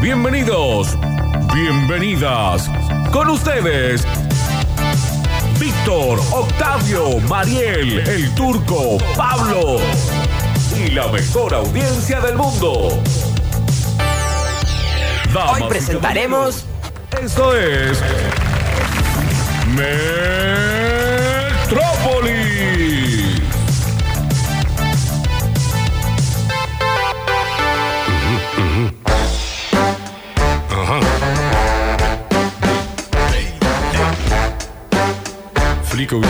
Bienvenidos, bienvenidas. Con ustedes, Víctor, Octavio, Mariel, el turco, Pablo y la mejor audiencia del mundo. Damas Hoy y presentaremos caballeros, Esto es Metrópolis. Flico.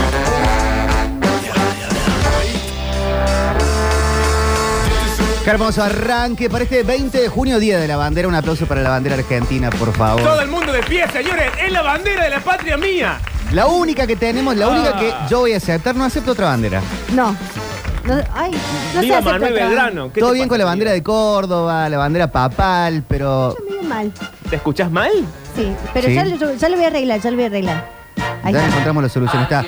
Qué hermoso arranque para este 20 de junio, Día de la Bandera. Un aplauso para la bandera argentina, por favor. Todo el mundo de pie, señores. Es la bandera de la patria mía. La única que tenemos, la Ah. única que yo voy a aceptar, no acepto otra bandera. No. No, ay, no Viva se acepta Manuel otra. Belgrano. ¿Qué Todo te bien pasa, con la tío? bandera de Córdoba, la bandera papal, pero... Yo me veo mal. ¿Te escuchás mal? Sí, pero Sí. Ya, lo, ya lo voy a arreglar, ya lo voy a arreglar. Ahí Ya está. encontramos la solución. Está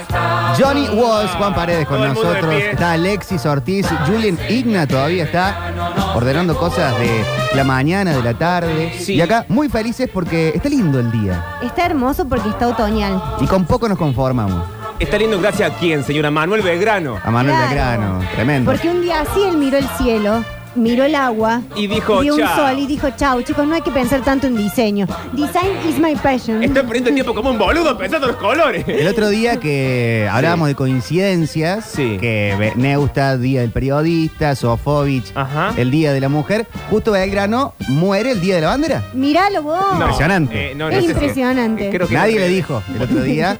Johnny Walls, Juan Paredes con Todo el mundo de nosotros. pie. Está Alexis Ortiz, Julian Igna todavía está ordenando cosas de la mañana, de la tarde. Sí. Y acá muy felices porque está lindo el día. Está hermoso porque está otoñal. Y con poco nos conformamos. Está lindo gracias a quién, señora Manuel Belgrano. A Manuel Claro. Belgrano, tremendo. Porque un día así él miró el cielo, miró el agua. Y dijo, vio un "Chao". sol y dijo, chau, chicos, no hay que pensar tanto en diseño. Design is my passion. Estoy perdiendo tiempo como un boludo pensando los colores. El otro día que hablábamos de coincidencias, Sí. que Be- Neusta, Día del Periodista, Sofovich, Ajá. el Día de la Mujer, justo Belgrano muere el Día de la Bandera. Míralo vos. Impresionante. Es Eh, sé si- impresionante. creo que Nadie fue- le dijo el otro día,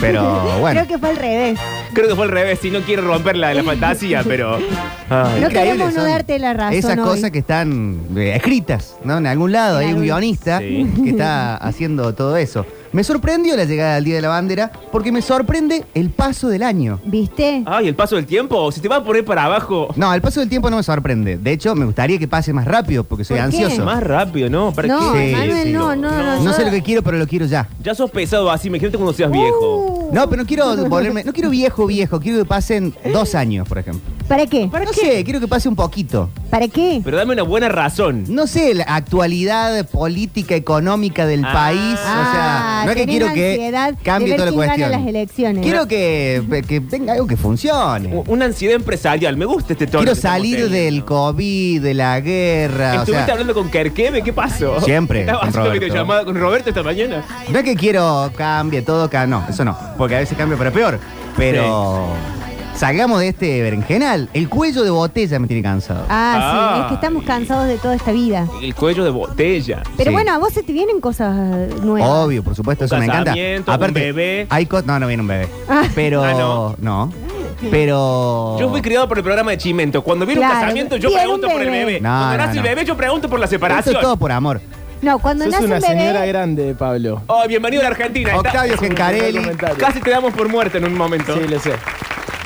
pero bueno. Creo que fue al revés. Creo que fue al revés, si no quiere romper la, la fantasía, pero. Ay. No Increíble queremos no son darte la razón Esas hoy. cosas que están eh, escritas, ¿no? En algún lado En hay un algún- guionista Sí. que está haciendo todo eso. Me sorprendió la llegada del Día de la Bandera porque me sorprende el paso del año. ¿Viste? Ay, el paso del tiempo, si te va a poner para abajo. No, el paso del tiempo no me sorprende. De hecho, me gustaría que pase más rápido porque soy ¿Por qué? ansioso. Más rápido, ¿no? ¿Para No, qué? Sí, Manuel, sí. no, no, no. No yo- sé lo que quiero, pero lo quiero ya. Ya sos pesado así, imagínate cuando seas viejo. Uh, No, pero no quiero volverme, no quiero viejo, viejo, quiero que pasen dos años, por ejemplo. ¿Para qué? no sé, quiero que pase un poquito. ¿Para qué? Pero dame una buena razón. No sé, la actualidad política, económica del Ah. país. O sea, Ah, no es que tenés quiero ansiedad que de cambie ver toda la quién gana cuestión. las elecciones. Quiero que, que tenga algo que funcione. U- Una ansiedad empresarial, me gusta este tono. Quiero Uh, que estamos salir teniendo. del COVID, de la guerra. Ah, O ¿Estuviste sea, hablando con Kerkeve? ¿Qué pasó? Siempre, Estaba con haciendo Roberto. videollamada con Roberto esta mañana. no es que quiero cambie todo, ca- no, eso no, porque a veces cambia para peor. Pero salgamos de este berenjenal. El cuello de botella me tiene cansado. Ah, sí, Ah. es que estamos cansados de toda esta vida. El cuello de botella. Pero Sí. bueno, a vos se te vienen cosas nuevas. Obvio, por supuesto, Un eso me encanta. casamiento, un bebé. Hay co- no, no viene un bebé. Pero. Ah, no. no. Pero. Yo fui criado por el programa de Chimento. Cuando viene un Claro. casamiento, yo Viene pregunto un por el bebé. bebé. No, Cuando no, nace el no. bebé, yo pregunto por la Esto es separación. todo por amor. No, cuando Sos nace una un señora bebé. grande, Pablo. Oh, bienvenido a la Argentina. Está- Octavio Gencarelli. comentario. Casi te damos por muerto en un momento. Sí, lo sé.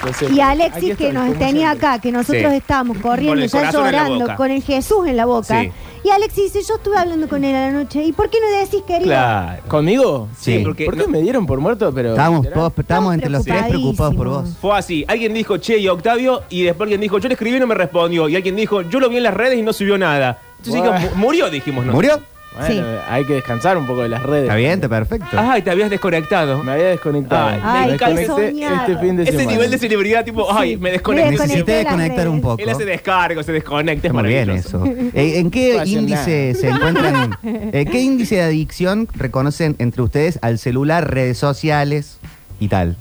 lo sé. Y Aquí Alexis estoy, que nos como tenía siempre. acá, que nosotros Sí. estábamos Con corriendo, el ya corazón en la llorando, boca. con el Jesús en la boca. Sí. Y Alexis dice, yo estuve hablando con él a la noche. ¿Y por qué no decís, querido? Claro. ¿Conmigo? Sí. porque ¿Por qué no- me dieron por muerto? Pero. Estábamos, ¿Será? po- estábamos entre los tres preocupados por vos. Fue así. Alguien dijo, che, y Octavio, y después alguien dijo, yo le escribí y no me respondió. Y alguien dijo, yo lo vi en las redes y no subió nada. Entonces Buah. dijimos, "Mu- murió, dijimos, ¿no? ¿Murió? Bueno, hay que descansar un poco de las redes. Está bien, está perfecto. Ay, te habías desconectado. Me había desconectado. Ay, Ay, me qué desconecté soñado. este fin de Ese semana. nivel de celebridad, tipo, ay, me desconecté. me desconecté. Necesité de las desconectar redes. un poco. Él hace descargo, se desconecta, es Está muy bien maravilloso. eso. Eh, ¿En qué No hacen índice se encuentran? eh, ¿Qué índice de adicción reconocen entre ustedes al celular, redes sociales y tal?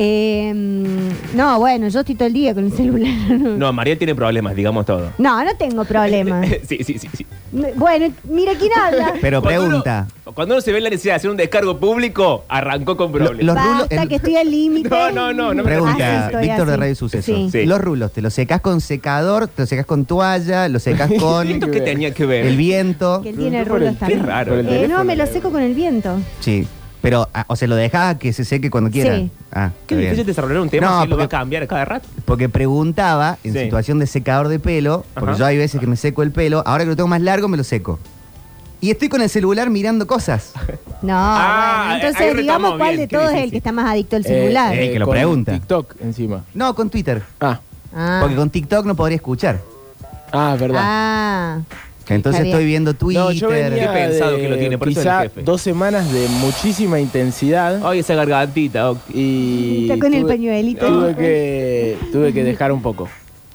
Eh, mm, no, bueno, yo estoy todo el día con el celular. No, Mariel tiene problemas, digamos todo. No, no tengo problema. sí, sí, sí. sí. No, bueno, mira quién habla. Pero Cuando uno- pregunta. cuando uno se ve en la necesidad de hacer un descargo público, arrancó con problemas. Los rulos- Basta, el- que estoy al límite. No, no, no, no me Así Pregunta, estoy, Víctor de así. Radio Suceso. Sí. Sí. Los rulos, ¿te los secás con secador? ¿Te los secás con toalla? ¿Los secás ¿Esto con qué tenía que ver? el viento? Que él tiene Preguntó por rulos el- también. Qué raro. por el Eh, teléfono. no, me lo seco con el viento. Sí. Pero, ah, o sea, lo dejás a que se seque cuando quiera. Sí. Ah, está Qué bien. difícil desarrollar un tema No, si lo va a porque- cambiar cada rato. Porque preguntaba en Sí. situación de secador de pelo, porque Ajá. yo hay veces que me seco el pelo, ahora que lo tengo más largo me lo seco. Y estoy con el celular mirando cosas. No, Ah, bueno, ahí entonces retomó, digamos cuál bien, de qué todos es el difícil. que está más adicto al Eh, celular. eh. que lo con pregunta. TikTok encima. No, con Twitter. Ah, ah, Porque con TikTok no podría escuchar. ah, verdad. ah. Que entonces Está bien. estoy viendo Twitter. No, yo venía Qué pensado que lo tiene, por eso quizá el jefe. dos semanas de muchísima intensidad Ay, esa gargantita. Oc. y Está con el tuve- pañuelito. Tuve que tuve que dejar un poco.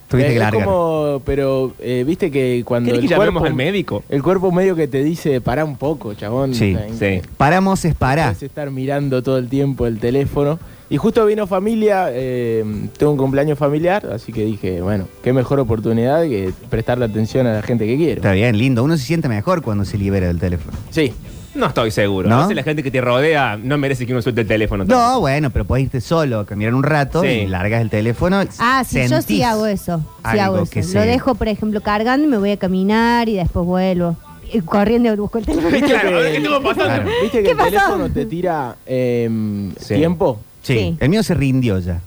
Tuviste Eh, que es largar. como- pero eh, viste que cuando ¿Querés el que llamemos cuerpo, al médico? el cuerpo medio que te dice para un poco, chabón. Sí, O sea, sí. Paramos es pará. Puedes estar mirando todo el tiempo el teléfono. Y justo vino familia, eh, tengo un cumpleaños familiar, así que dije, bueno, qué mejor oportunidad que prestarle atención a la gente que quiero. Está bien, lindo. Uno se siente mejor cuando se libera del teléfono. Sí, No estoy seguro. ¿No? A veces la gente que te rodea no merece que uno suelte el teléfono. No, bueno, pero podés irte solo a caminar un rato Sí. y largas el teléfono. Ah, sí, yo sí sentís hago eso. Sí algo hago eso. que Lo se- dejo, por ejemplo, cargando y me voy a caminar y después vuelvo. Y corriendo busco el teléfono. ¿Viste? Claro, ¿qué estuvo pasando? Claro. viste que ¿Qué el pasó? teléfono te tira em, Sí. tiempo. Sí, Sí. el mío se rindió ya.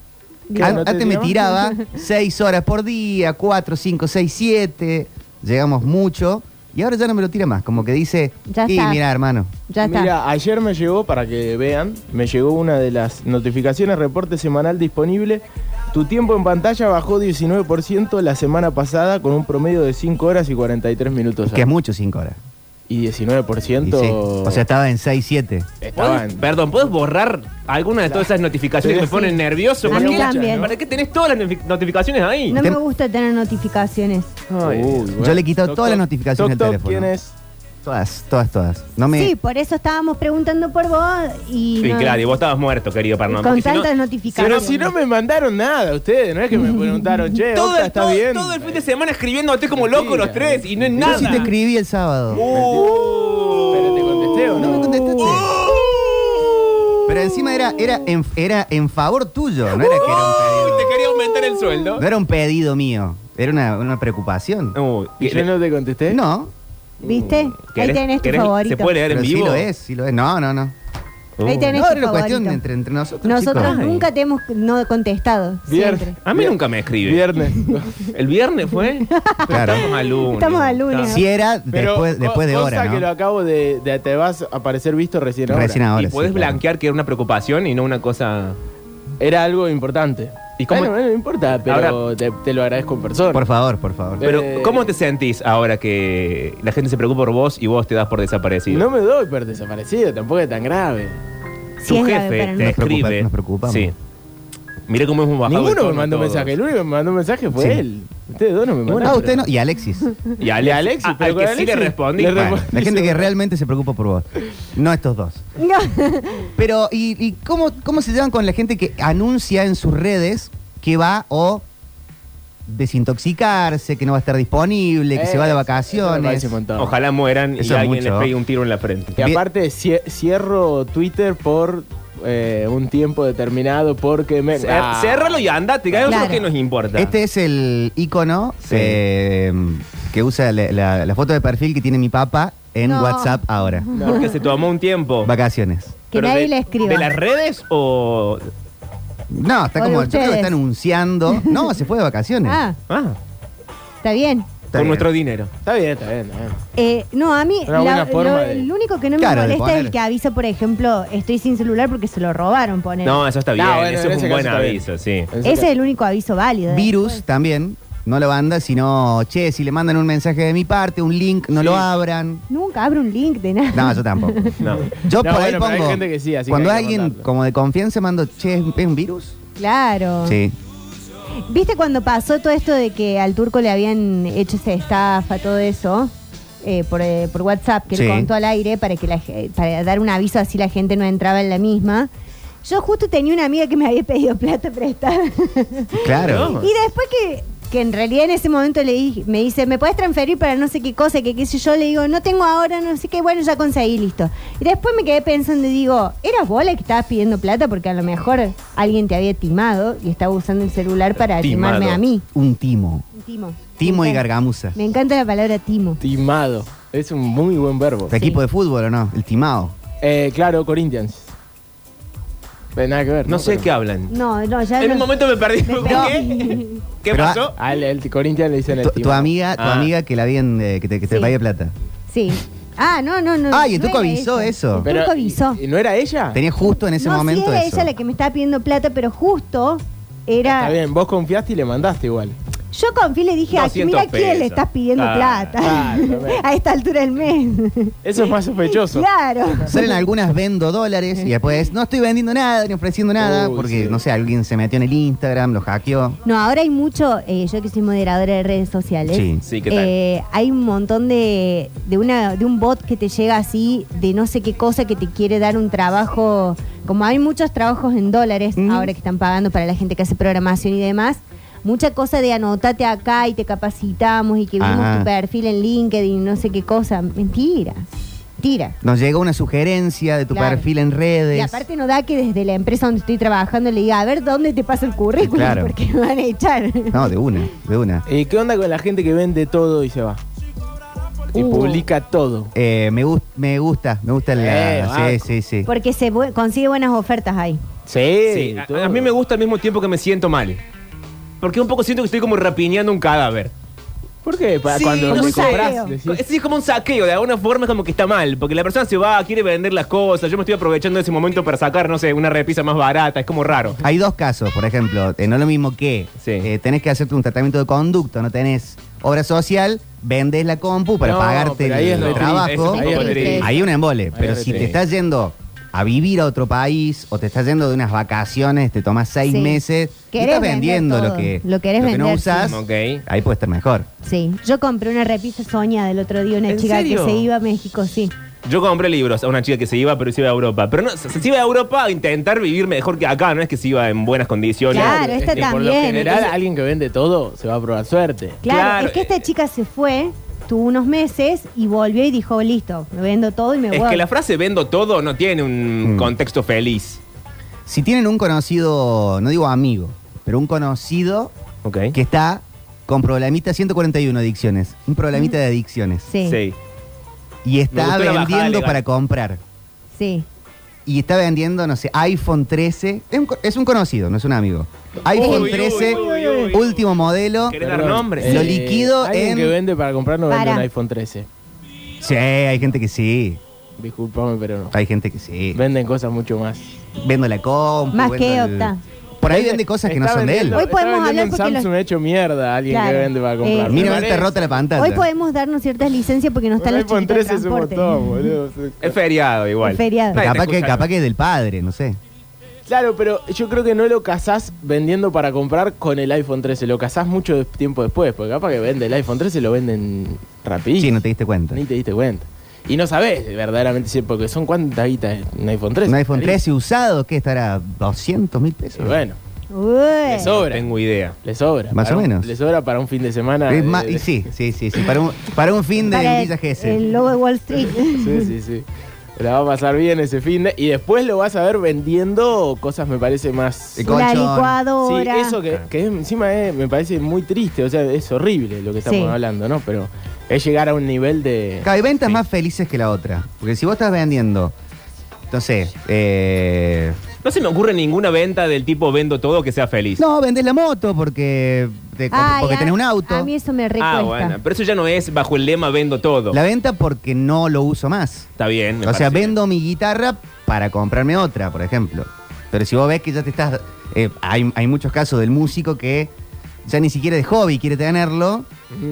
¿Qué, An- no te Antes me tiraba? tiraba seis horas por día, cuatro, cinco, seis, siete. Llegamos mucho. Y ahora ya no me lo tira más. Como que dice, Ya y está. mira, hermano. Ya está. Mira, ayer me llegó, para que vean, me llegó una de las notificaciones, reporte semanal disponible. Tu tiempo en pantalla bajó 19% la semana pasada con un promedio de 5 horas y 43 minutos. Que es mucho cinco horas. Y 19%. Y sí. O sea, estaba en seis, siete. ¿Puedes- estaban. Perdón, ¿puedes borrar alguna de todas esas notificaciones Sí, que me ponen sí. nervioso? A ¿Para mí qué- también. ¿Para qué tenés todas las notific- notificaciones ahí? No Tem- me gusta tener notificaciones. Ay, Dios. Yo le he quitado Toc, todas las toc, notificaciones toc, del toc, teléfono. ¿Quién es? Todas, todas, todas. No me... Sí, por eso estábamos preguntando por vos y. Sí, no- claro, y vos estabas muerto, querido Parnón. Con porque si no- tantas Pero notificaciones. si no me mandaron nada ustedes, no es que me preguntaron, che, todo, Octa, ¿estás todo- bien? todo el fin de semana escribiéndote como loco los tres y no es Yo nada. sí te escribí el sábado. Uh. Pero te contesté o No me no. contestaste. Uh. Pero encima era, era, en, era en favor tuyo, no era que Uh. era un Uh. Uy, te pedido. quería aumentar el sueldo. No era un pedido mío, era una, una preocupación. Uy, ¿Y yo no te contesté? No, ¿Viste? Ahí Uh, ¿querés- tenés tu querés- favorito. ¿Se puede leer pero en sí vivo? Uh. lo es, sí lo es. No, no, no. Ahí tenés No, tu era una cuestión favorito. entre, entre nosotros. Nosotros chicos. nunca te hemos no contestado. Bien. Siempre. A mí nunca me escribe. Viernes. ¿El viernes fue? Claro. Estamos al lunes. Estamos al lunes. Si era después, co- después de cosa hora, que lo ¿no? acabo de, de- Te vas a aparecer visto recién ahora. Recién ahora. y sí, podés claro. blanquear que era una preocupación y no una cosa... Era algo importante. ¿Y cómo- Bueno, no importa, pero Ahora- te, te lo agradezco en persona. Por favor, por favor. Eh, Pero, ¿cómo te sentís ahora que la gente se preocupa por vos y vos te das por desaparecido? no me doy por desaparecido, tampoco es tan grave. Sí, tu es grave jefe para te nosotros. Nos preocupa- escribe. nos preocupamos. Sí. Mira cómo hemos bajado. el Ninguno me tono mandó todos. mensaje, el único que me mandó mensaje fue Sí. él. Ustedes dos no me mandaron. Ah, usted no. Y Alexis. Y a Alexis, Y a Alexis, a- pero al con que sí le Alexis respondí. le Bueno, Bueno, la gente que realmente se preocupa por vos. No estos dos. Pero, ¿y, y cómo, cómo se llevan con la gente que anuncia en sus redes que va o desintoxicarse, que no va a estar disponible, que se va de Eh, eso me parece vacaciones? un montón. Ojalá mueran y Eso es alguien les mucho. pegue un tiro en la frente. Y aparte cie- cierro Twitter por eh, un tiempo determinado porque me... Cer- Ah. Cérralo y andate, que es lo Claro. que nos importa. Este es el icono eh, que usa la, la- la foto de perfil que tiene mi papá en No. WhatsApp ahora. Porque se tomó un tiempo. Vacaciones. Que Pero nadie de- le escriba. ¿De las redes o.? No, está O de como, yo creo que ustedes. está anunciando. No, se fue de vacaciones. Ah, Ah, está bien. Está con bien. nuestro dinero. Está bien, está bien, está bien. Eh, no, a mí Una buena forma de- el único que no me Claro, de molesta es poner- el que avisa, por ejemplo, estoy sin celular porque se lo robaron, poner. No, eso está bien. No, bueno, eso en es ese un caso buen está bien. aviso, sí. En Ese es serio. el único aviso válido. ¿eh? Virus también. No lo manda, sino, che, si le mandan un mensaje de mi parte, un link, no Sí. lo abran. Nunca abro un link de nada. No, yo tampoco. No. Yo No, por ahí bueno, pero hay pongo. gente que sí, así que cuando hay que alguien mandarlo. como de confianza mando, che, ¿es un- es un virus? Claro. Sí. ¿Viste cuando pasó todo esto de que al turco le habían hecho esa estafa, todo eso? Eh, por, eh, por WhatsApp, que Sí. él contó al aire para, que la ge- para dar un aviso así la gente no entraba en la misma. Yo justo tenía una amiga que me había pedido plata prestada. Claro. Y después que, que en realidad en ese momento le dije, me dice, ¿me puedes transferir para no sé qué cosa? Que qué sé yo, le digo, no tengo ahora, no sé qué, bueno, ya conseguí, listo. Y después me quedé pensando y digo, ¿eras vos la que estabas pidiendo plata? Porque a lo mejor alguien te había timado y estaba usando el celular para Timado. timarme a mí. Un timo. Un Timo. Timo Me y encanta. gargamusa. Me encanta la palabra timo. Timado. Es un muy buen verbo. ¿De equipo de fútbol o no? El timao. Eh, claro, Corinthians. Pero nada que ver. No sé Pero- qué hablan. No, no, ya En no- un momento me perdí. Me ¿Qué? perdí. ¿Qué Pero, pasó? Al el Corinthians le dicen el Tu, tu timado. amiga, tu Ah. amiga que la habían, eh, que te, que te Sí. pagué plata. Sí. Ah, no, no, no. Ah, y el no turco era avisó eso. El Pero- turco avisó. ¿y- y ¿No era ella? Tenía justo en ese Ah. no, momento sí era eso. ella la que me estaba pidiendo plata, pero justo era... Está bien, vos confiaste y le mandaste igual. Yo confí le dije, aquí, 200 mira a quién le pesos. estás pidiendo Ah, plata. claro, bien. a esta altura del mes. Eso es más sospechoso. claro. Salen algunas vendo dólares y después no estoy vendiendo nada ni ofreciendo nada Uy, porque, sí. no sé, alguien se metió en el Instagram, lo hackeó. No, ahora hay mucho, eh, yo que soy moderadora de redes sociales, Sí. Sí, ¿qué tal? eh, hay un montón de, de, una, de un bot que te llega así, de no sé qué cosa que te quiere dar un trabajo, como hay muchos trabajos en dólares Mm. ahora que están pagando para la gente que hace programación y demás, mucha cosa de anotate acá y te capacitamos y que vimos Ah. tu perfil en LinkedIn, no sé qué cosa, mentira, mentira. Nos llega una sugerencia de tu Claro. perfil en redes. Y aparte no da que desde la empresa donde estoy trabajando le diga, a ver, ¿dónde te pasa el currículum? Claro. Porque me van a echar. No, de una, de una. ¿Y qué onda con la gente que vende todo y se va? Y Uh. publica todo. Eh, me, gust- me gusta, me gusta la. Eh, sí, banco. sí, sí. Porque se bu- consigue buenas ofertas ahí. Sí, Sí, a- todo. a, mí me gusta al mismo tiempo que me siento mal. Porque un poco siento que estoy como rapiñando un cadáver. ¿Por qué? Para Sí, cuando no me sé. compras, este decís, Sí, es como un saqueo, de alguna forma es como que está mal, porque la persona se va, quiere vender las cosas, yo me estoy aprovechando de ese momento para sacar, no sé, una repisa más barata, es como raro. Hay dos casos, por ejemplo, eh, no es lo mismo que Sí. eh, tenés que hacerte un tratamiento de conducto, no tenés obra social, vendes la compu para No, pagarte pero ahí el es re triste, es trabajo. un poco Ahí triste. Hay un embole, pero es re si te triste. estás yendo a vivir a otro país o te estás yendo de unas vacaciones, te tomas seis Sí. meses, y Querés estás vender vendiendo lo todo. que, Lo querés que no vender, sí. usas, Ok. ahí puede estar mejor. Sí, yo compré una repisa soñada el otro día, una ¿En chica serio? que se iba a México, sí. Yo compré libros a una chica que se iba, pero se iba a Europa. Pero no, se, se iba a Europa a intentar vivir mejor que acá, no es que se iba en buenas condiciones. Claro, esta eh, Por lo también, general, entonces- alguien que vende todo se va a probar suerte. Claro, Claro, es que esta eh. chica se fue, tuvo unos meses y volvió y dijo, listo, me vendo todo y me Es voy. que la frase vendo todo no tiene un Mm. contexto feliz. Si tienen un conocido, no digo amigo, pero un conocido Ok. que está con problemita 141 adicciones, un problemita de adicciones. Mm. Sí, sí. Sí. Y Me está gustó la bajada vendiendo legal. para comprar. Y está vendiendo, no sé, iPhone 13. Es un, co- es un conocido, no es un amigo. iPhone Uy, uy, 13, uy, uy, uy. último modelo. ¿Querés dar nombres? Lo liquido Eh, alguien en- que vende para comprar no vende Para. un iPhone 13. Sí, hay gente que sí. Disculpame, pero no. Hay gente que sí. Venden cosas mucho más. Vendo la compu. Más vendo que el- Opta. Por ahí vende cosas que no Está son de él. vendiendo- Hoy está podemos vendiendo hablar un porque los- Samsung hecho mierda alguien Claro. que vende para comprar. Eh, Mira, Me cómo está parece. rota la pantalla. Hoy podemos darnos ciertas licencias porque no Un están los iPhone chiquitos de 13 es un transporte. montón, boludo. Es feriado igual. Es feriado. Pero Nadie capaz, te que, escucha. capaz que es del padre, no sé. Claro, pero yo creo que no lo casás vendiendo para comprar con el iPhone 13. Lo casás mucho de- tiempo después, porque capaz que vende el iPhone 13 lo venden rapidito. Sí, no te diste cuenta. Ni te diste cuenta. Y no sabés verdaderamente si, porque son cuántas guitas un iPhone 13. Un iPhone Carísimo. 13 usado, ¿qué estará? 200 mil Y pesos. bueno, Uy. le sobra. No tengo idea. Le sobra. Más Para o un- menos. Le sobra para un fin de semana. Es de- más- de- y sí, sí, sí, sí. Para un, para un fin de Para Villa GS. El logo de Wall Street. Sí, sí, sí. La va a pasar bien ese fin de. Y después lo vas a ver vendiendo cosas, me parece más. Eh, Sí, con- la Colchón. licuadora. eso que, que es- encima es- me parece muy triste, o sea, es horrible lo que estamos Sí. hablando, ¿no? Pero es llegar a un nivel de. Claro, hay ventas más felices que la otra. Porque si vos estás vendiendo, entonces, eh, No se me ocurre ninguna venta del tipo vendo todo que sea feliz. no, vendés la moto porque, te comp- Ay, Eh, porque a- tenés un auto. A mí eso me recuesta. ah, bueno. Pero eso ya no es bajo el lema vendo todo. La venta porque no lo uso más. Está bien. me o sea, parece bien. vendo mi guitarra para comprarme otra, por ejemplo. Pero si vos ves que ya te estás... eh, hay, hay muchos casos del músico que ya ni siquiera de hobby quiere tenerlo.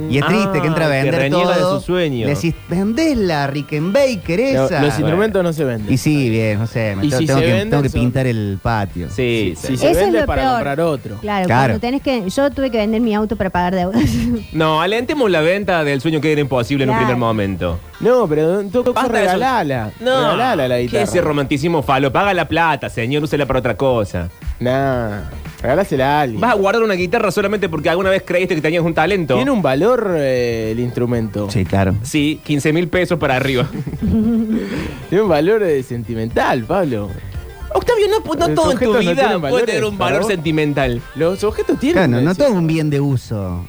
Y es Ah, triste que entra a que vender reniega de todo. su sueño. Le decís, vendés la Rickenbacker Lo- esa. los instrumentos no se venden. Y sí, bien, no sé, me Y tengo, si tengo se que, venden, tengo que son- pintar el patio. Sí, Si sí. se Eso es vende lo para peor. comprar otro. Claro, Claro. cuando tenés que. Yo tuve que vender mi auto para pagar deudas. No, alentemos la venta del sueño que era imposible en un Claro. primer momento. No, pero en todo caso Basta de eso. regalala. No, Regalala la ¿qué guitarra. ese romanticismo falo? Paga la plata, señor, úsela para otra cosa. Nah, regalásela a alguien. ¿Vas a guardar una guitarra solamente porque alguna vez creíste que tenías un talento? Tiene un valor eh, el instrumento. Sí, claro. Sí, 15 mil pesos para arriba. Tiene un valor eh, sentimental, Pablo. Octavio, no, pu- no Los todo en tu objetos no vida tienen puede valores, tener un para valor vos. sentimental. Los objetos tienen. Claro, no, no precio. todo es un bien de uso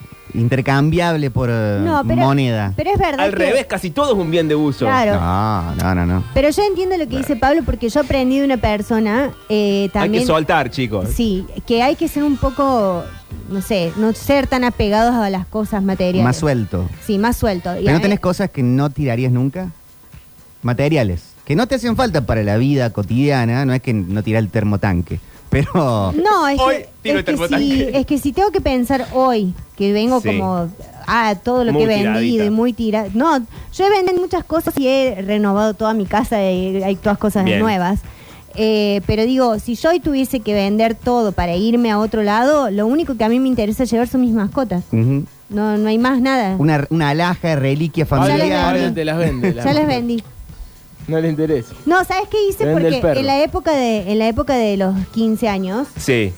intercambiable por eh, No, pero. moneda. Pero es verdad. Al que- revés, casi todo es un bien de uso. Claro. No, no, no, no. Pero yo entiendo lo que dice Pablo porque yo aprendí de una persona eh, Hay que también. ¿eh? soltar, chicos. sí, que hay que ser un poco. No sé, no ser tan apegados a las cosas materiales. Más suelto. Sí, más suelto. Y Pero a no tenés ver- cosas que no tirarías nunca. Materiales. Que no te hacen falta para la vida cotidiana. No es que no tirar el termotanque. pero... No, es, Hoy que, tiro es, que si, termotanque. es que si tengo que pensar hoy, que vengo Sí. como ah, todo lo Muy que he vendido y tiradita. muy tirada. No, yo he vendido muchas cosas y he renovado toda mi casa y hay todas cosas Bien. nuevas. Eh, pero digo, si yo hoy tuviese que vender todo para irme a otro lado, lo único que a mí me interesa llevar son mis mascotas. Ujú. No, no hay más nada. una, una alhaja de reliquia Ahora- familiar. vendí. ahora te las vende. ya les vendí. No le interesa. No, ¿sabes qué hice? Vende el Porque perro. en la época de, en la época de los 15 años, Sí.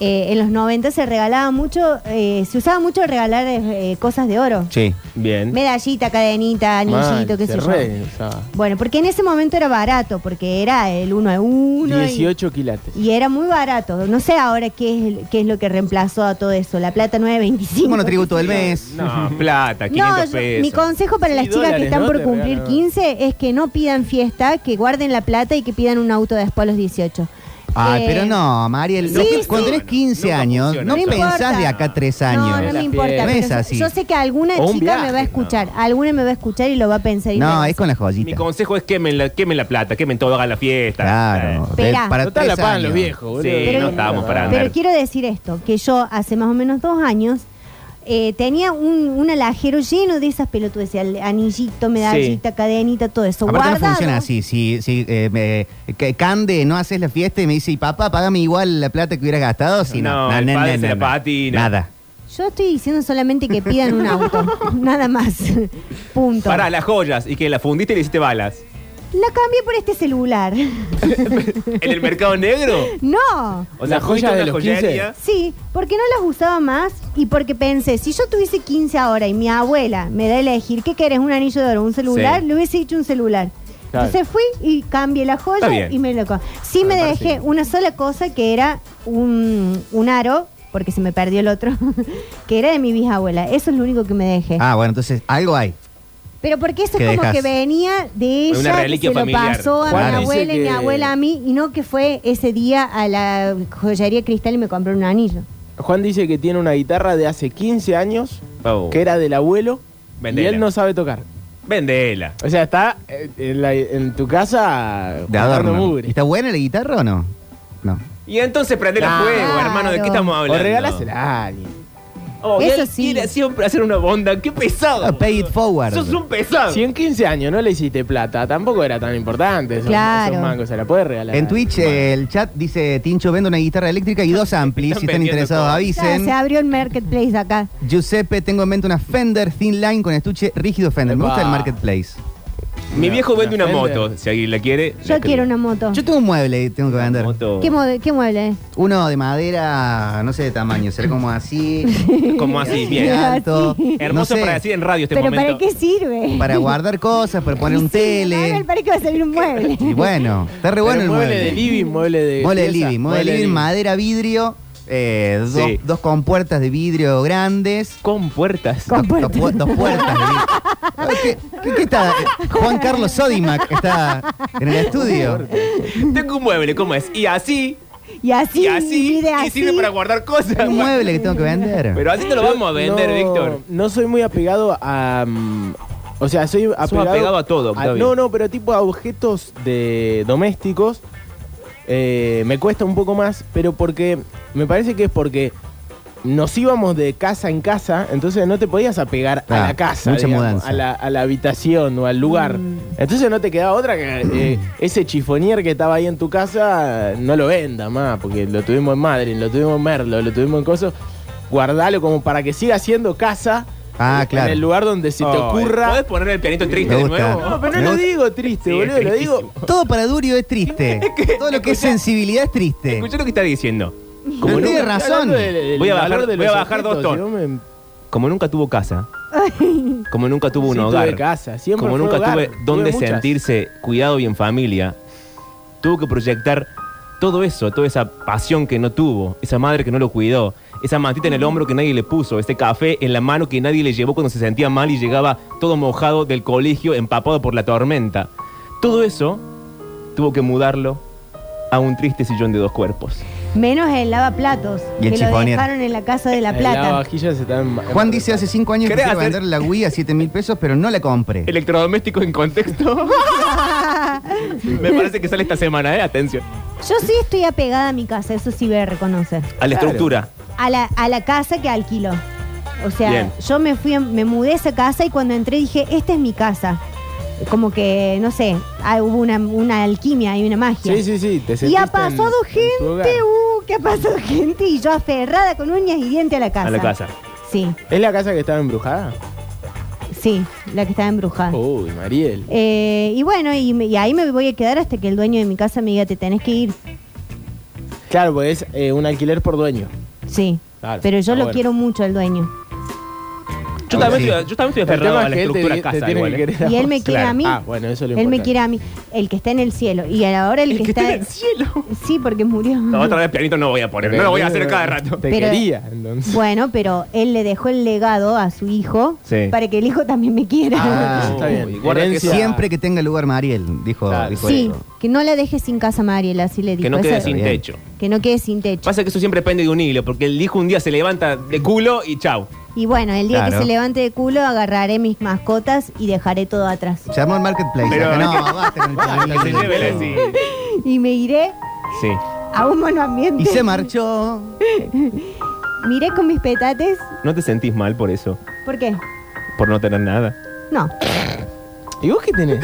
Eh, en los 90 se regalaba mucho, eh, se usaba mucho regalar eh, cosas de oro. Sí. Bien. Medallita, cadenita, anillito, Mal, qué se sé yo. re usaba. Bueno, porque en ese momento era barato, porque era el uno a uno. y- 18 quilates. Y, era muy barato. No sé ahora qué es, el- qué es lo que reemplazó a todo eso. La plata 9.25. Bueno, tributo del mes. No, Ah, plata, 500 No, yo- pesos. mi consejo para Sí, las chicas que dólares, están ¿no? por Te cumplir regalan. 15 es que no pidan fiesta, que guarden la plata y que pidan un auto después a los 18. Ay, Eh, pero no, Mariel. sí, lo que- sí. cuando tenés 15 Nunca años, funciona, no no pensás importa. de acá tres No, años. no La me importa. fiesta. No pero es yo- así. Yo sé que alguna O un chica me viaje, va a no. escuchar, alguna me va a escuchar y lo va a pensar. y No, me va a es con la Mi joyita. consejo es quemen la, quemen la plata, quemen todo, hagan la fiesta. Claro. Eh, de- Esperá. para Total la tres pagan los años. viejos, boludo. Sí, Pero- no estábamos para Pero andar. quiero decir esto, que yo hace más o menos dos años eh, tenía un, un alajero lleno de esas pelotudes, al- anillito, medallita, cadenita, todo eso. Aparte no guardado. funciona así. Si, si eh, me- que- Cande no haces la fiesta y me dice, y papá, págame igual la plata que hubiera gastado. Si no, No, el padre se la patina. Nada. Yo estoy diciendo solamente que pidan un auto, nada más. Punto. Eh, Pará, las joyas y que la fundiste y le hiciste balas. La cambié por este celular. ¿En el mercado negro? no. O sea, ¿Las joyas fuiste a de una los 15? joyería. Sí, porque no las usaba más y porque pensé, si yo tuviese 15 ahora y mi abuela me da a elegir qué querés, un anillo de oro, un celular, Sí. le hubiese dicho un celular. Claro. Entonces fui y cambié la Está joya bien. y me lo co- Sí Me me parece dejé bien. una sola cosa que era un, un aro, porque se me perdió el otro, que era de mi bisabuela. Eso es lo único que me dejé. Ah, bueno, entonces algo hay. Pero porque eso ¿Qué es como dejas? que venía de Una ella, que reliquia se lo familiar. pasó a Juan dice mi abuela y mi que- abuela a mí, y no que fue ese día a la joyería cristal y me compró un anillo. Juan dice que tiene una guitarra de hace 15 años, Oh. que era del abuelo, Vendela. y él no sabe tocar. Vendela. O sea, está eh, en, la- en tu casa De juntando adorno. mugre. ¿Está buena la guitarra o no? No. Y entonces prende la Claro. fuego, hermano. ¿De qué estamos O hablando? regalásela a alguien. Oh, y Eso él sí. quiere siempre hacer una bonda. ¡Qué pesado! Ah, pay it boludo. forward. Sos un pesado. Si en 15 años no le hiciste plata, tampoco era tan importante. Esos, Claro. esos mangos, se la puede regalar. En Twitch eh, el chat dice, Tincho, vende una guitarra eléctrica y dos amplis. Están Si están vendiendo interesados, todo. Ya, avisen. se abrió el marketplace acá. Giuseppe, tengo en mente una Fender Thin Line con estuche rígido Fender. Me gusta el Epa. marketplace. Mi viejo vende una Una Fender. moto. Si alguien la quiere. Yo quiero una moto. Yo tengo un mueble que tengo este que vender. moto. ¿Qué, mueble, ¿Qué mueble? Uno de madera, no sé de tamaño, será como así. Como de así, Ah, bien. alto. Hermoso no sé, para decir en radio este ¿Pero momento. para qué sirve? Para guardar cosas, para poner un Sí, ahora tele. el parque va a salir un mueble. Y bueno, está re Pero bueno el mueble mueble. de living, mueble de. Mueble de pieza, living, mueble de living, madera, vidrio, eh, dos, Sí. dos compuertas de vidrio grandes. Con puertas. Dos- Dos, pu- dos puertas. de vidrio. ¿Qué, qué- qué está? Eh, Juan Carlos Sodimac está en el estudio. Tengo un mueble, ¿cómo es? Y así, Y así, y así, pide y sirve para guardar cosas. Un mueble que tengo que vender. Pero así te lo vamos a vender, no, Víctor. No soy muy apegado a. mm, o sea, soy apegado, apegado a todo, está bien. Ah, no, no, pero tipo a objetos de domésticos eh, me cuesta un poco más, pero porque me parece que es porque nos íbamos de casa en casa, entonces no te podías apegar Ah, a la casa, mucha digamos, mudanza. A, la, a la habitación o al lugar. Entonces no te quedaba otra que eh, ese chifonier que estaba ahí en tu casa no lo venda más, porque lo tuvimos en Madrid, lo tuvimos en Merlo, lo tuvimos en Coso. Guardalo como para que siga siendo casa Ah, en- claro. en el lugar donde se te Oh, ocurra. ¿Podés poner el pianito triste Me de gusta. nuevo? No, pero no Me lo gusta. digo triste, Sí, boludo, es lo digo. tristísimo. Todo para Durio es triste. Todo lo que es sensibilidad es triste. Escuchá lo que está diciendo. Como, No nu- tiene Estoy razón. hablando del- del Voy a valor bajar- de voy los a bajar dos objetos, tonos. yo me- como nunca tuvo casa, como nunca tuvo un Sí, tuve hogar, casa, siempre como fue nunca hogar, tuve tuve dónde muchas. sentirse cuidado y en familia, tuvo que proyectar todo eso, toda esa pasión que no tuvo, esa madre que no lo cuidó, esa mantita en el hombro que nadie le puso, ese café en la mano que nadie le llevó cuando se sentía mal y llegaba todo mojado del colegio, empapado por la tormenta. Todo eso tuvo que mudarlo a un triste sillón de dos cuerpos. Menos el lavaplatos, Y el que lo chifonier. dejaron en la casa de La El Plata. lavavajillas está en- Juan dice hace cinco años que ¿Querés quiere hacer- vender la Wii a 7 mil pesos, pero no la compre. Electrodoméstico en contexto. Me parece que sale esta semana, ¿eh? Atención. Yo sí estoy apegada a mi casa, eso sí voy a reconocer. A la estructura. A la, a la casa que alquilo. O sea, Bien. yo me fui, a- me mudé a esa casa y cuando entré dije, esta es mi casa. Como que, no sé, ah, hubo una, una alquimia y una magia. Sí, sí, sí. Te Y sentiste ha en- pasado en tu hogar. gente, uh, que ha pasado gente y yo aferrada con uñas y dientes a la casa. A la casa. Sí, ¿Es la casa que estaba embrujada? sí, la que estaba embrujada. Oh. Uy, Mariel. Eh, y bueno, y, me- y ahí me voy a quedar hasta que el dueño de mi casa me diga, te tenés que ir. Claro, pues es eh, un alquiler por dueño. Sí, Ah, Claro, pero yo está lo bueno. quiero mucho al dueño. Yo Ahora también, sí. estoy, yo también estoy El aferrado tema a es la que él te estructura di- te casa. tiene igual, que ¿eh? querer a Y él vos. me quiere Claro. a mí. Ah, bueno, eso es Él lo me importante. quiere a mí. El que está en el cielo. Y ahora el, El que, que está. está en el cielo. Sí, porque murió. No, otra vez pianito no voy a poner. No lo voy a hacer cada rato. Te Pero- quería, entonces. Bueno, pero él le dejó el legado a su hijo Sí. para que el hijo también me quiera. Ah, está bien. Uy, guarda que Herencia- Siempre que tenga lugar Mariel, dijo, Claro. dijo sí, eso. que no la deje sin casa, Mariela, así le dijo. Que no quede Eso- sin Bien. techo. que no quede sin techo. Pasa que eso siempre depende de un hilo, porque el hijo un día se levanta de culo y chau. Y bueno, el día Claro. que se levante de culo, agarraré mis mascotas y dejaré todo atrás. Se llamó el marketplace. Pero- acá, no, basta con el Se lleve la- sí. planeta. Y me iré Sí. a un monoambiente. Y se marchó. Miré con mis petates. ¿No te sentís mal por eso? ¿Por qué? Por no tener nada. No. ¿Y vos qué tenés?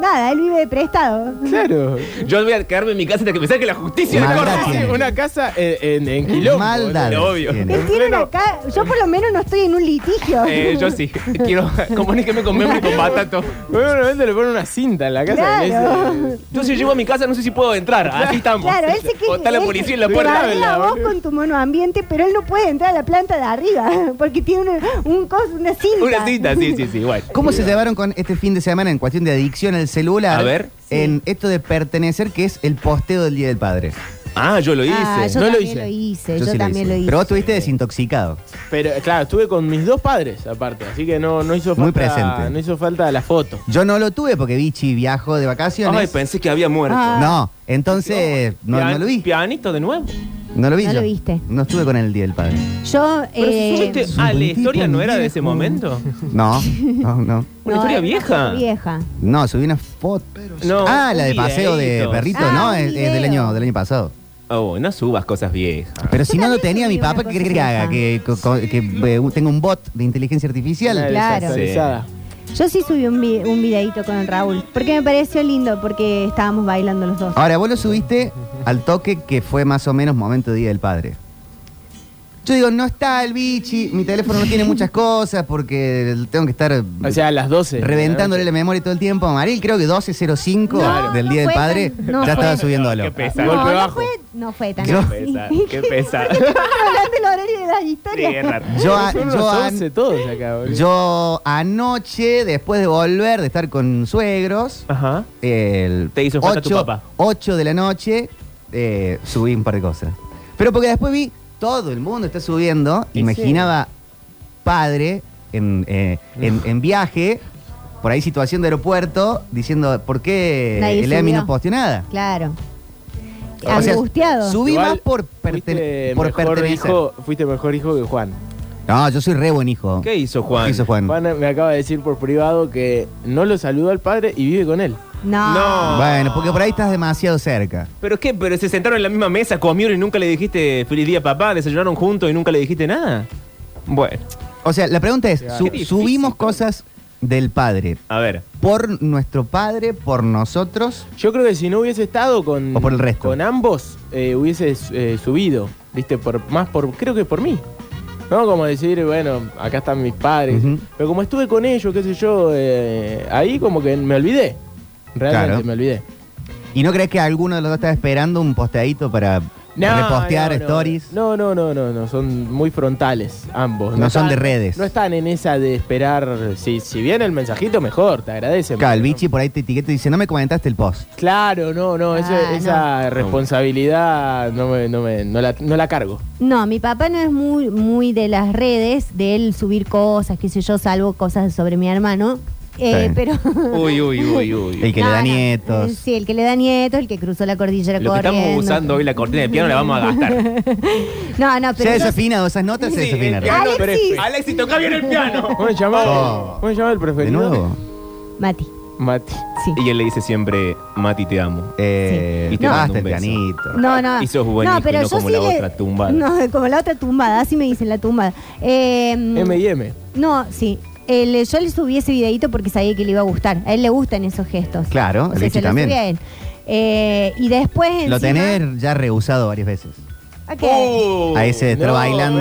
Nada, él vive de prestado. Claro. Yo voy a quedarme en mi casa hasta que me saque la justicia de Maldad Córdoba. tiene. Una casa en, en, en quilombo. Maldad. boludo, obvio. Él tiene. tiene Bueno. una ca- Yo por lo menos no estoy en un litigio. Eh, yo sí. Quiero. Comuníqueme con Membre y con Batato. Bueno, de repente le ponen una cinta en la casa. y le Claro. dice- Yo si llego a mi casa no sé si puedo entrar. Así estamos. Claro, él se O quiere. está la él policía en se- la te puerta. bardea la- a vos con tu monoambiente, pero él no puede entrar a la planta de arriba porque tiene un, un cos- una cinta. Una cita, sí, sí, sí, igual. ¿Cómo se llevaron con este fin de semana en cuestión de adicción al celular? A ver. En esto de pertenecer, que es el posteo del Día del Padre. Ah, yo lo hice. Ah, yo No lo también hice. lo hice. Yo, sí también lo hice. Pero vos estuviste desintoxicado. Pero claro, estuve con mis dos padres aparte, así que no, no hizo falta. Muy presente. No hizo falta la foto. Yo no lo tuve porque Vichy viajó de vacaciones. Ay, pensé que había muerto. Ah. No, entonces Ah, no, Pian- no lo vi. Pianito de nuevo. No lo vi. No yo. lo viste. No estuve con él el Día del Padre. Yo. Pero si eh, subiste es un a la buen historia tipo, no era de viejo. Ah, ese momento. No, no, no. Una no, historia era vieja. foto Vieja. No, subí una foto. No, ah, un la de paseo de videíto. perrito, Ah, ¿no? un Es, es del, video. año, del año pasado. Oh, no subas cosas viejas. Pero si no lo también tenía mi subí una papá, ¿qué cosa crees que haga? vieja. Que, co- co- que, eh, tenga un bot de inteligencia artificial. Una Claro. desactualizada. Yo sí subí un, vi- un videito con el Raúl porque me pareció lindo porque estábamos bailando los dos. Ahora, vos lo subiste al toque que fue más o menos momento Día del Padre. Yo digo, no está el bichi, mi teléfono no tiene muchas cosas porque tengo que estar O sea, a las 12. reventándole la memoria todo el tiempo. Maril, creo que 12.05 No, del no Día del fue Padre tan- no ya fue. estaba subiéndolo. Qué pesado. No, golpe no bajo. fue, no fue tan Yo- Qué así. pesado, qué pesado. Hablando del horario de las Sí, historias. es raro. Yo, a- Son unos yo a- 11 todos acá, boludo. yo anoche, después de volver, de estar con suegros, Ajá. el Te hizo falta tu papá. 8 de la noche, eh, subí un par de cosas. Pero porque después vi, todo el mundo está subiendo, Y imaginaba padre en, eh, en- en viaje, por ahí situación de aeropuerto, diciendo, ¿por qué Nadie el EMI subió. no posteó nada? Claro. O sea, Angustiado. subí Igual más por, pertene- Fuiste, por mejor pertenecer. hijo, fuiste mejor hijo que Juan. No, yo soy re buen hijo. ¿Qué hizo Juan? ¿Qué hizo Juan? Juan me acaba de decir por privado que no lo saludó al padre y vive con él. no. No. Bueno, porque por ahí estás demasiado cerca. ¿Pero qué? ¿Pero se sentaron en la misma mesa, comieron y nunca le dijiste feliz día papá? ¿Desayunaron juntos y nunca le dijiste nada? Bueno, O sea, la pregunta es, Claro. su- Qué difícil, subimos ¿no? cosas del padre, a ver. por nuestro padre, por nosotros. Yo creo que si no hubiese estado con, O por el resto. con ambos, eh, hubiese eh, subido, ¿viste? Por, más por, creo que por mí. No como decir, bueno, acá están mis padres. Ujú. Pero como estuve con ellos, qué sé yo, eh, ahí como que me olvidé. Realmente Claro. me olvidé. ¿Y no crees que alguno de los dos estaba esperando un posteadito para repostear no, no. stories? No, no, no, no, no, son muy frontales ambos. No son de redes. No están en esa de esperar. Si, si viene el mensajito, mejor, te agradecen. Claro, el Pero no- bichi por ahí te etiqueta y dice, no me comentaste el post. Claro, no, no, ese- Ah, no. esa responsabilidad no, me, no, me- no la, no la cargo. No, mi papá no es muy, muy de las redes, de él subir cosas, qué sé yo, salvo cosas sobre mi hermano. Eh, Sí. Pero. Uy, uy, uy, El uy. que le No, da no. nietos. Eh, Sí, el que le da nietos, el que cruzó la cordillera Lo que estamos corriendo. usando hoy, la cortina de piano, la vamos a gastar. No, no, Se ha pero. yo- desafinado, esas notas se Sí, el desafinaron. piano, Alexis. pero es- Alexis, toca bien el piano. ¿Cómo se llama? Oh. ¿Cómo se llama el preferido? ¿De nuevo? Mati. Mati. Sí. Y él le dice siempre, Mati, te amo. Eh, Sí. Y te no. mando basta un el beso. pianito. No, no. Y sos buenísimo, no, pero y no yo como sí la le- otra tumbada. No, como la otra tumbada, así me dicen la tumbada. Eh, M y M. no, sí. El- yo le subí ese videito porque sabía que le iba a gustar. A él le gustan esos gestos. Claro, O sea, el bicho se lo también. subí a él. Eh, y después. Lo encima- Ah, tenés ya rehusado varias veces. Ok. Oh, Ahí se está no, bailando,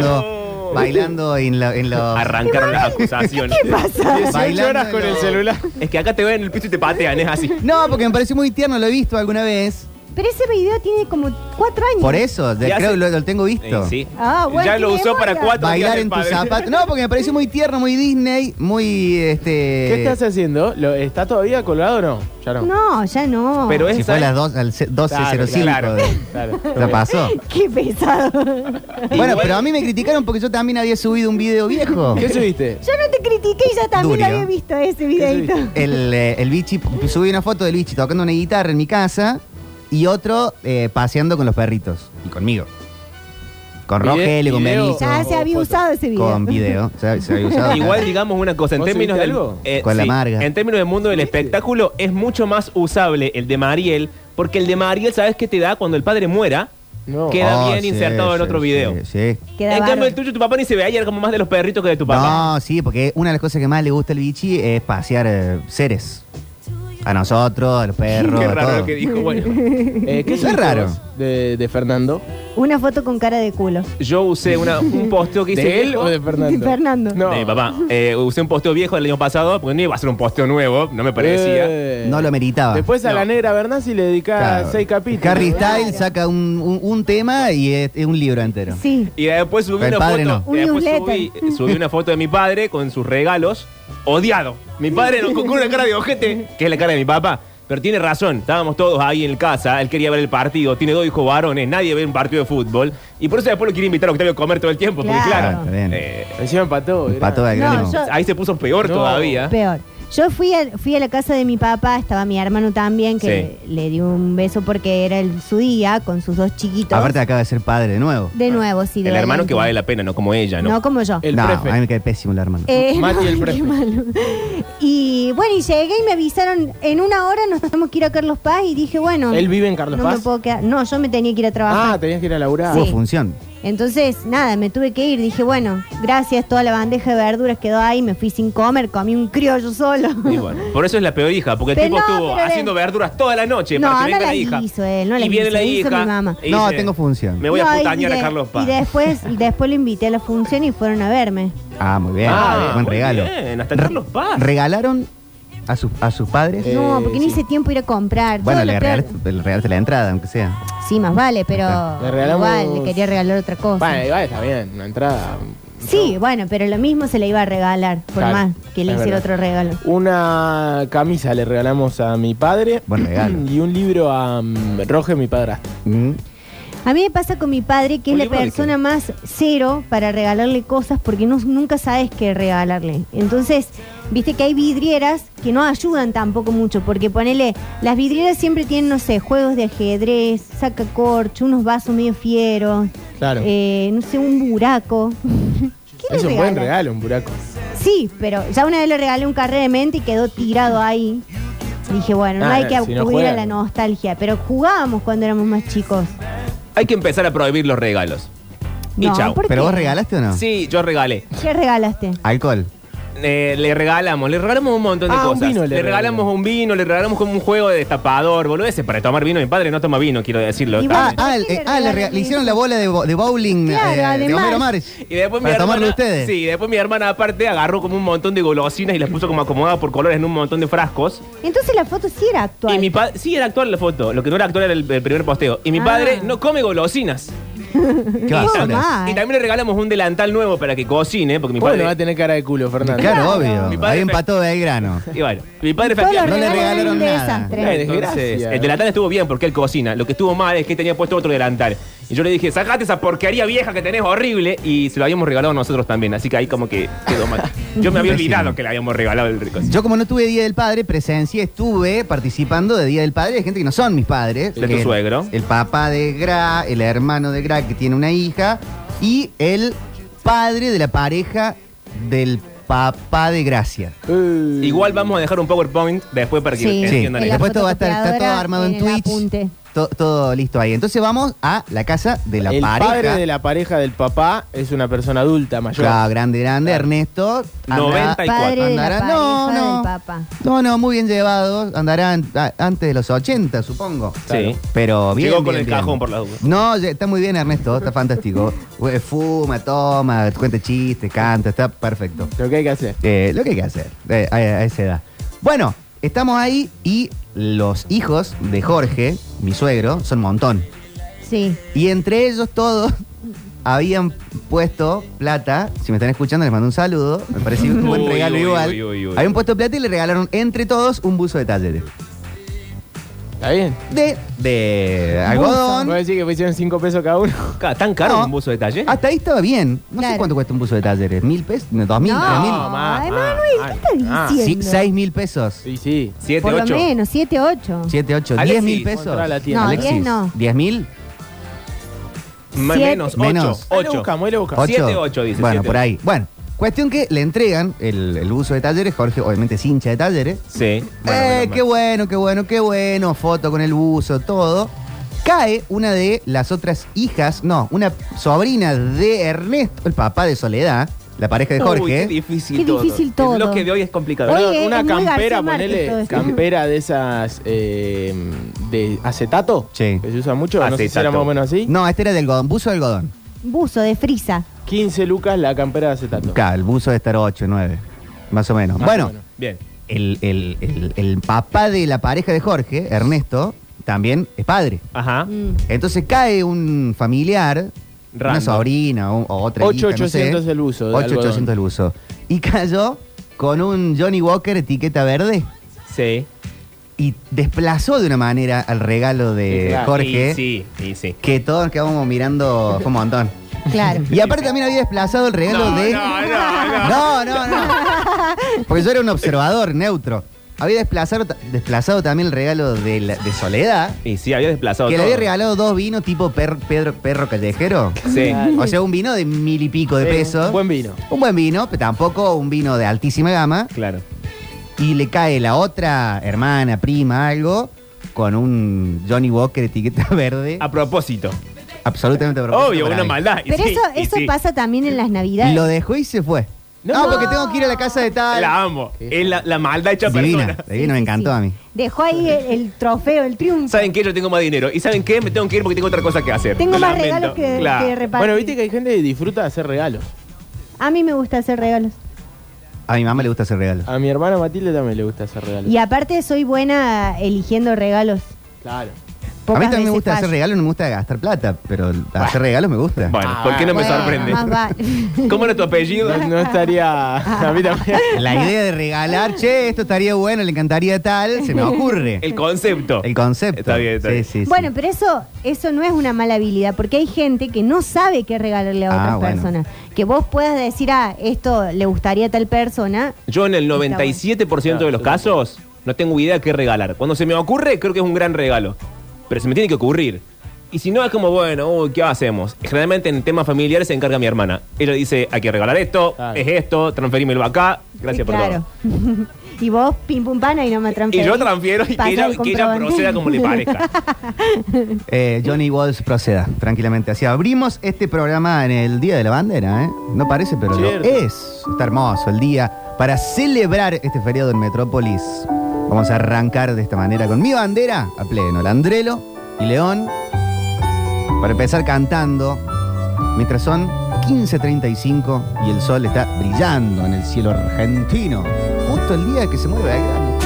no. bailando en, la- en los... Arrancaron las acusaciones. ¿Qué pasa? eh, 18 horas Bailando. con el celular. Es que acá te ven en el piso y te patean, es así. No, porque me pareció muy tierno, lo he visto alguna vez. Pero ese video tiene como cuatro años. Por eso, de- Y hace- creo que lo, lo tengo Eh, visto. sí. Ah, bueno, ya lo tiene usó para memoria. cuatro días Bailar del en tus padre. zapatos. No, porque me pareció muy tierno, muy Disney, muy este. ¿Qué estás haciendo? ¿Lo- ¿Está todavía colgado o no? Ya no. No, ya no. Pero es- Si fue a las dos- al ce- 12.05. Claro, de- Claro. Ya pasó. Qué pesado. yo Bueno, pero a mí me criticaron porque yo también había subido un video viejo. ¿Qué subiste? no te critiqué y ya también Durio. lo había visto ese videito. subiste? El, eh, el bichi, subí una foto del bichi tocando una guitarra en mi casa y otro eh, paseando con los perritos y conmigo. Con Vide- Rogelio, con video. Benito, Ya se había Foto. usado ese video. con video. Se- se había usado. Igual digamos una cosa, en ¿Vos términos subiste del, eh, algo? Con la marga. En términos del mundo del espectáculo es mucho más usable el de Mariel, porque el de Mariel sabes qué te da cuando el padre muera. No. ¿Qué? queda Oh, bien sí, insertado en sí, otro sí, video. sí. Queda en bárbaro. cambio el tuyo tu papá ni se ve, ahí era como más de los perritos que de tu papá. No, sí, porque una de las cosas que más le gusta al bichi es pasear eh, seres. A nosotros, a los perros, Qué a raro todo. lo que dijo. Bueno, Eh, ¿Qué Es subiste raro. vos De, de Fernando. Una foto con cara de culo. yo usé una- un posteo que hice. ¿De él viejo. o de Fernando? De Fernando. No. De mi papá. Eh, usé un posteo viejo del año pasado, porque no iba a ser un posteo nuevo, no me parecía. Eh, No lo meritaba. Después a la negra Bernasi le dedicaba Ah, Claro. seis capítulos. Harry Styles saca un, un- un tema y es, es un libro entero. Sí. Y después subí El una padre foto. no. y Un después subí, eh, newsletter. subí una foto de mi padre con sus regalos. Odiado. Mi padre no, con una cara de ojete, que es la cara de mi papá. Pero tiene razón, estábamos todos ahí en casa, él quería ver el partido, tiene dos hijos varones, nadie ve un partido de fútbol. Y por eso después lo quiere invitar a Octavio a comer todo el tiempo, porque Claro. claro. Ah, Está bien. eh, Encima empató. era- Pato de No, Agrónimo. yo- ahí se puso peor No. todavía. Peor. Yo fui a, fui a la casa de mi papá, estaba mi hermano también, que le di un beso porque era el, su día con sus dos chiquitos. Aparte acaba de ser padre de nuevo. de nuevo, sí. de el hermano Valentín. que vale la pena, no como ella, No, ¿no? como yo. El no, prefe. a mí me cae pésimo el hermano. Eh, Mati el qué prefe. malo. Y bueno, y llegué y me avisaron, en una hora nos tenemos que ir a Carlos Paz y dije, bueno... ¿Él vive en Carlos no Paz? Me puedo quedar. No, yo me tenía que ir a trabajar. Ah, tenías que ir a laburar. Hubo sí. función. Entonces, nada, me tuve que ir. Dije, bueno, gracias, toda la bandeja de verduras quedó ahí, me fui sin comer, comí un criollo solo. Y bueno, por eso es la peor hija, porque el Pero tipo no, estuvo pero haciendo verduras toda la noche No, para que no venga la la hija. hizo él, no la y viene hizo, la hizo hija. mi mamá. y No, dice, tengo función. Me voy No, a y putañar de- a Carlos Paz. Y después, y después lo invité a la función y fueron a verme. Ah, muy bien. Ah, buen muy regalo. bien, hasta Re- Carlos Paz. ¿Regalaron a, sus a sus padres? Eh, no, porque no sí. hice tiempo de ir a comprar. bueno, todo lo le peor- regalaste, le regalaste la entrada, aunque sea. Sí, más vale, pero Le regalamos- igual le quería regalar otra cosa. Bueno, igual está bien, una entrada. sí, bueno, pero lo mismo se le iba a regalar, por Claro, más que le es hiciera verdad. otro regalo. Una camisa le regalamos a mi padre. Buen regalo. Y un libro a mm, Roge, mi padrastro. Mm. A mí me pasa con mi padre que es la Polivalente. persona más cero para regalarle cosas porque no- nunca sabes qué regalarle. Entonces, viste que hay vidrieras que no ayudan tampoco mucho porque ponele, las vidrieras siempre tienen, no sé, juegos de ajedrez, saca corcho, unos vasos medio fieros, Claro. eh, no sé, un buraco. ¿Qué le Es un buen regalas? regalo, un buraco. Sí, pero ya una vez le regalé un carré de mente y quedó tirado ahí. Dije, bueno, no Ah, hay que si acudir no a juegan. la nostalgia, pero jugábamos cuando éramos más chicos. Hay que empezar a prohibir los regalos. Y No, chau. ¿por ¿Pero qué? vos regalaste o no? Sí, yo regalé. ¿Qué regalaste? Alcohol. Eh, le regalamos, le regalamos un montón de Ah, un cosas. vino le le, regalé. regalamos un vino, le regalamos como un juego de destapador, boludo. Ese para tomar vino, mi padre no toma vino, quiero decirlo. Y También. Ah, Bueno, ah, ¿por el- qué eh, le ah, le, regalan rega- le eso? hicieron la bola de, bo- de bowling Claro, eh, de además. Homero Mares. Y después mi Para hermana, tomarlo ustedes. Sí, después mi hermana aparte agarró como un montón de golosinas y las puso como acomodadas por colores en un montón de frascos. Entonces la foto sí era actual. Y mi padre, sí era actual la foto, lo que no era actual era el, el primer posteo. Y mi Ah. padre no come golosinas. Qué basura. Ah, Y eh. también le regalamos un delantal nuevo para que cocine, porque mi Bueno, padre... va a tener cara de culo, Fernando. Claro, Mi obvio. padre Ahí me- empató Belgrano. Y bueno, mi padre Todos los efectivamente- No le regalos regalaron eran de nada. desastre. Claro. Entonces, Desgracia. Eh, el delantal estuvo bien porque él cocina. Lo que estuvo mal es que tenía puesto otro delantal. Y yo le dije, sacate esa porquería vieja que tenés horrible. Y se lo habíamos regalado nosotros también. Así que ahí como que quedó mal. Yo me había olvidado que le habíamos regalado el rico. Yo como no tuve Día del Padre, presencié, estuve participando de Día del Padre de gente que no son mis padres. De tu Que el- suegro. El papá de Gra, el hermano de Gra que tiene una hija y el padre de la pareja del papá de gracia. Eh, Igual vamos a dejar un PowerPoint después para que Sí. Sí. entiendan en la esto. Después todo va a estar está todo fotocopiadora, armado en en el Twitch. apunte. to- todo listo ahí. Entonces vamos a la casa de la el pareja. padre de la pareja del papá es una persona adulta mayor. Claro, grande, grande, Claro. Ernesto. andará- 90 y Padre de la andará- pareja no, no. del papa. No, no, muy bien llevados. Andarán a- antes de los 80, supongo. Sí. Pero bien. Llegó con bien, el bien. cajón por la duda. No, ya- está muy bien Ernesto, está fantástico. Eh, Fuma, toma, cuenta chistes, canta, está perfecto. Lo que hay que hacer. Eh, lo que hay que hacer eh, a, a esa edad. Bueno, estamos ahí y los hijos de Jorge, mi suegro, son un montón. Sí. Y entre ellos todos habían puesto plata. Si me están escuchando, les mando un saludo. Me parece un buen Uy, regalo uy, igual. uy, uy, uy. Habían puesto plata y le regalaron entre todos un buzo de talleres. ¿Está bien? De, de ¿Vos algodón. decís que pusieron 5 pesos cada uno? Ca- ¿Tan caro No. un buzo de talle? Ah, Hasta ahí estaba bien. No sé ¿eh? Claro. cuánto cuesta un buzo de talleres. ¿Mil pesos? No, ¿Dos mil? No, ¿Tres mil? más, ay, más, Manuel, más. ¿qué estás Ah, Sí, diciendo? seis mil pesos. Sí, sí. ¿Siete, Por lo ocho? menos, 7, 8. Siete, ocho, diez Alexis, mil pesos. entra a la tienda. No, diez no. ¿Diez mil? Me- Siete. Menos, Menos. Ahí Ah, lo ocho. ocho. buscamos, ahí lo buscamos. ¿Ocho? Siete, ocho, dice, Bueno, siete, por ocho. ahí. Bueno, cuestión que le entregan el, el buzo de talleres. Jorge, obviamente, es hincha de talleres. Sí. Bueno, eh, menos qué mal. bueno, qué bueno, qué bueno. Foto con el buzo, todo. Cae una de las otras hijas, no, una sobrina de Ernesto, el papá de Soledad, la pareja de Jorge. Uy, qué difícil Qué todo. difícil todo. El bloque de hoy es complicado. Hoy Perdón, es- una es muy campera, García Márquez todo ponele esto. campera de esas eh, de acetato Sí. que se usa mucho, no sé si Acetato. era más o menos así. No, este era del algodón, buzo de algodón. Buzo de frisa. 15 lucas la campera de acetato. Claro, el buzo de estar 8, 9, más o menos. Más bueno, o menos. Bien. El, el- el- el papá de la pareja de Jorge, Ernesto, también es padre. Ajá. Mm. Entonces cae un familiar, una Random. sobrina o, o otra hija, no sé. 8800 el uso de 8800 el uso. Y cayó con un Johnny Walker etiqueta verde Sí. y desplazó de una manera al regalo de Sí, claro. Jorge, Y sí, y sí. que todos nos quedamos mirando, fue un montón. Claro. Y aparte también había desplazado el regalo de... No, no, no, no. Porque yo era un observador neutro. Había desplazado, desplazado también el regalo de, la- de Soledad, Y sí, había desplazado que le todo. había regalado dos vinos tipo per- Pedro- perro callejero. Sí. O sea, un vino de mil y pico de Eh, pesos. Buen vino. Un buen vino, pero tampoco un vino de altísima gama. Claro. Y le cae la otra hermana, prima, algo, con un Johnny Walker etiqueta verde. A propósito. absolutamente a propósito Obvio, para una mí. maldad. Y Pero sí, eso, y eso sí. pasa también en las navidades. Lo dejó y se fue. No. No, porque tengo que ir a la casa de tal. La amo. Es la, la maldad hecha divina, persona. divina, me Sí, encantó sí. a mí. Dejó ahí el, el trofeo, el triunfo. ¿Saben qué? Yo tengo más dinero. ¿Y saben qué? Me tengo que ir porque tengo otra cosa que hacer. Tengo más Lamento. regalos que, Claro. que repartir. Bueno, viste que hay gente que disfruta de hacer regalos. A mí me gusta hacer regalos. A mi mamá le gusta hacer regalos. A mi hermana Matilde también le gusta hacer regalos. Y aparte soy buena eligiendo regalos. Claro. A mí Pocas también me veces gusta hacer fallo. regalos, no me gusta gastar plata, pero hacer regalos me gusta. Bueno, ¿por qué no me Ah, Bueno, sorprende? más vale. ¿Cómo era tu apellido? No, no estaría. A mí también. La idea de regalar, che, esto estaría bueno, le encantaría tal, se me ocurre. El concepto. El concepto. Está bien, está bien. Sí, sí, sí. Bueno, pero eso, eso no es una mala habilidad, porque hay gente que no sabe qué regalarle a Ah, otras bueno. personas. Que vos puedas decir, ah, esto le gustaría a tal persona. Yo en el 97% de los casos no tengo idea qué regalar. Cuando se me ocurre, creo que es un gran regalo. Pero se me tiene que ocurrir. Y si no, es como, bueno, uy, ¿qué hacemos? Generalmente en temas familiares se encarga mi hermana. Ella dice, hay que regalar esto, Claro. es esto, transferímelo acá. Gracias por todo. todo. y vos, pim pum pana y no me Y transferís. yo transfiero y que Pasá ella, el que ella comprobante. proceda como le parezca. Eh, Johnny Walls proceda, tranquilamente. Así abrimos este programa en el Día de la Bandera, ¿eh? No parece, pero lo Cierto. es. Está hermoso el día para celebrar este feriado en Metrópolis. Vamos a arrancar de esta manera con mi bandera a pleno, Landrelo y León. Para empezar cantando, mientras son 15.35 y el sol está brillando en el cielo argentino. Justo el día que se mueve Belgrano.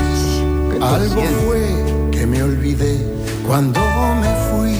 Qué Algo coincidencia. fue que me olvidé cuando me fui.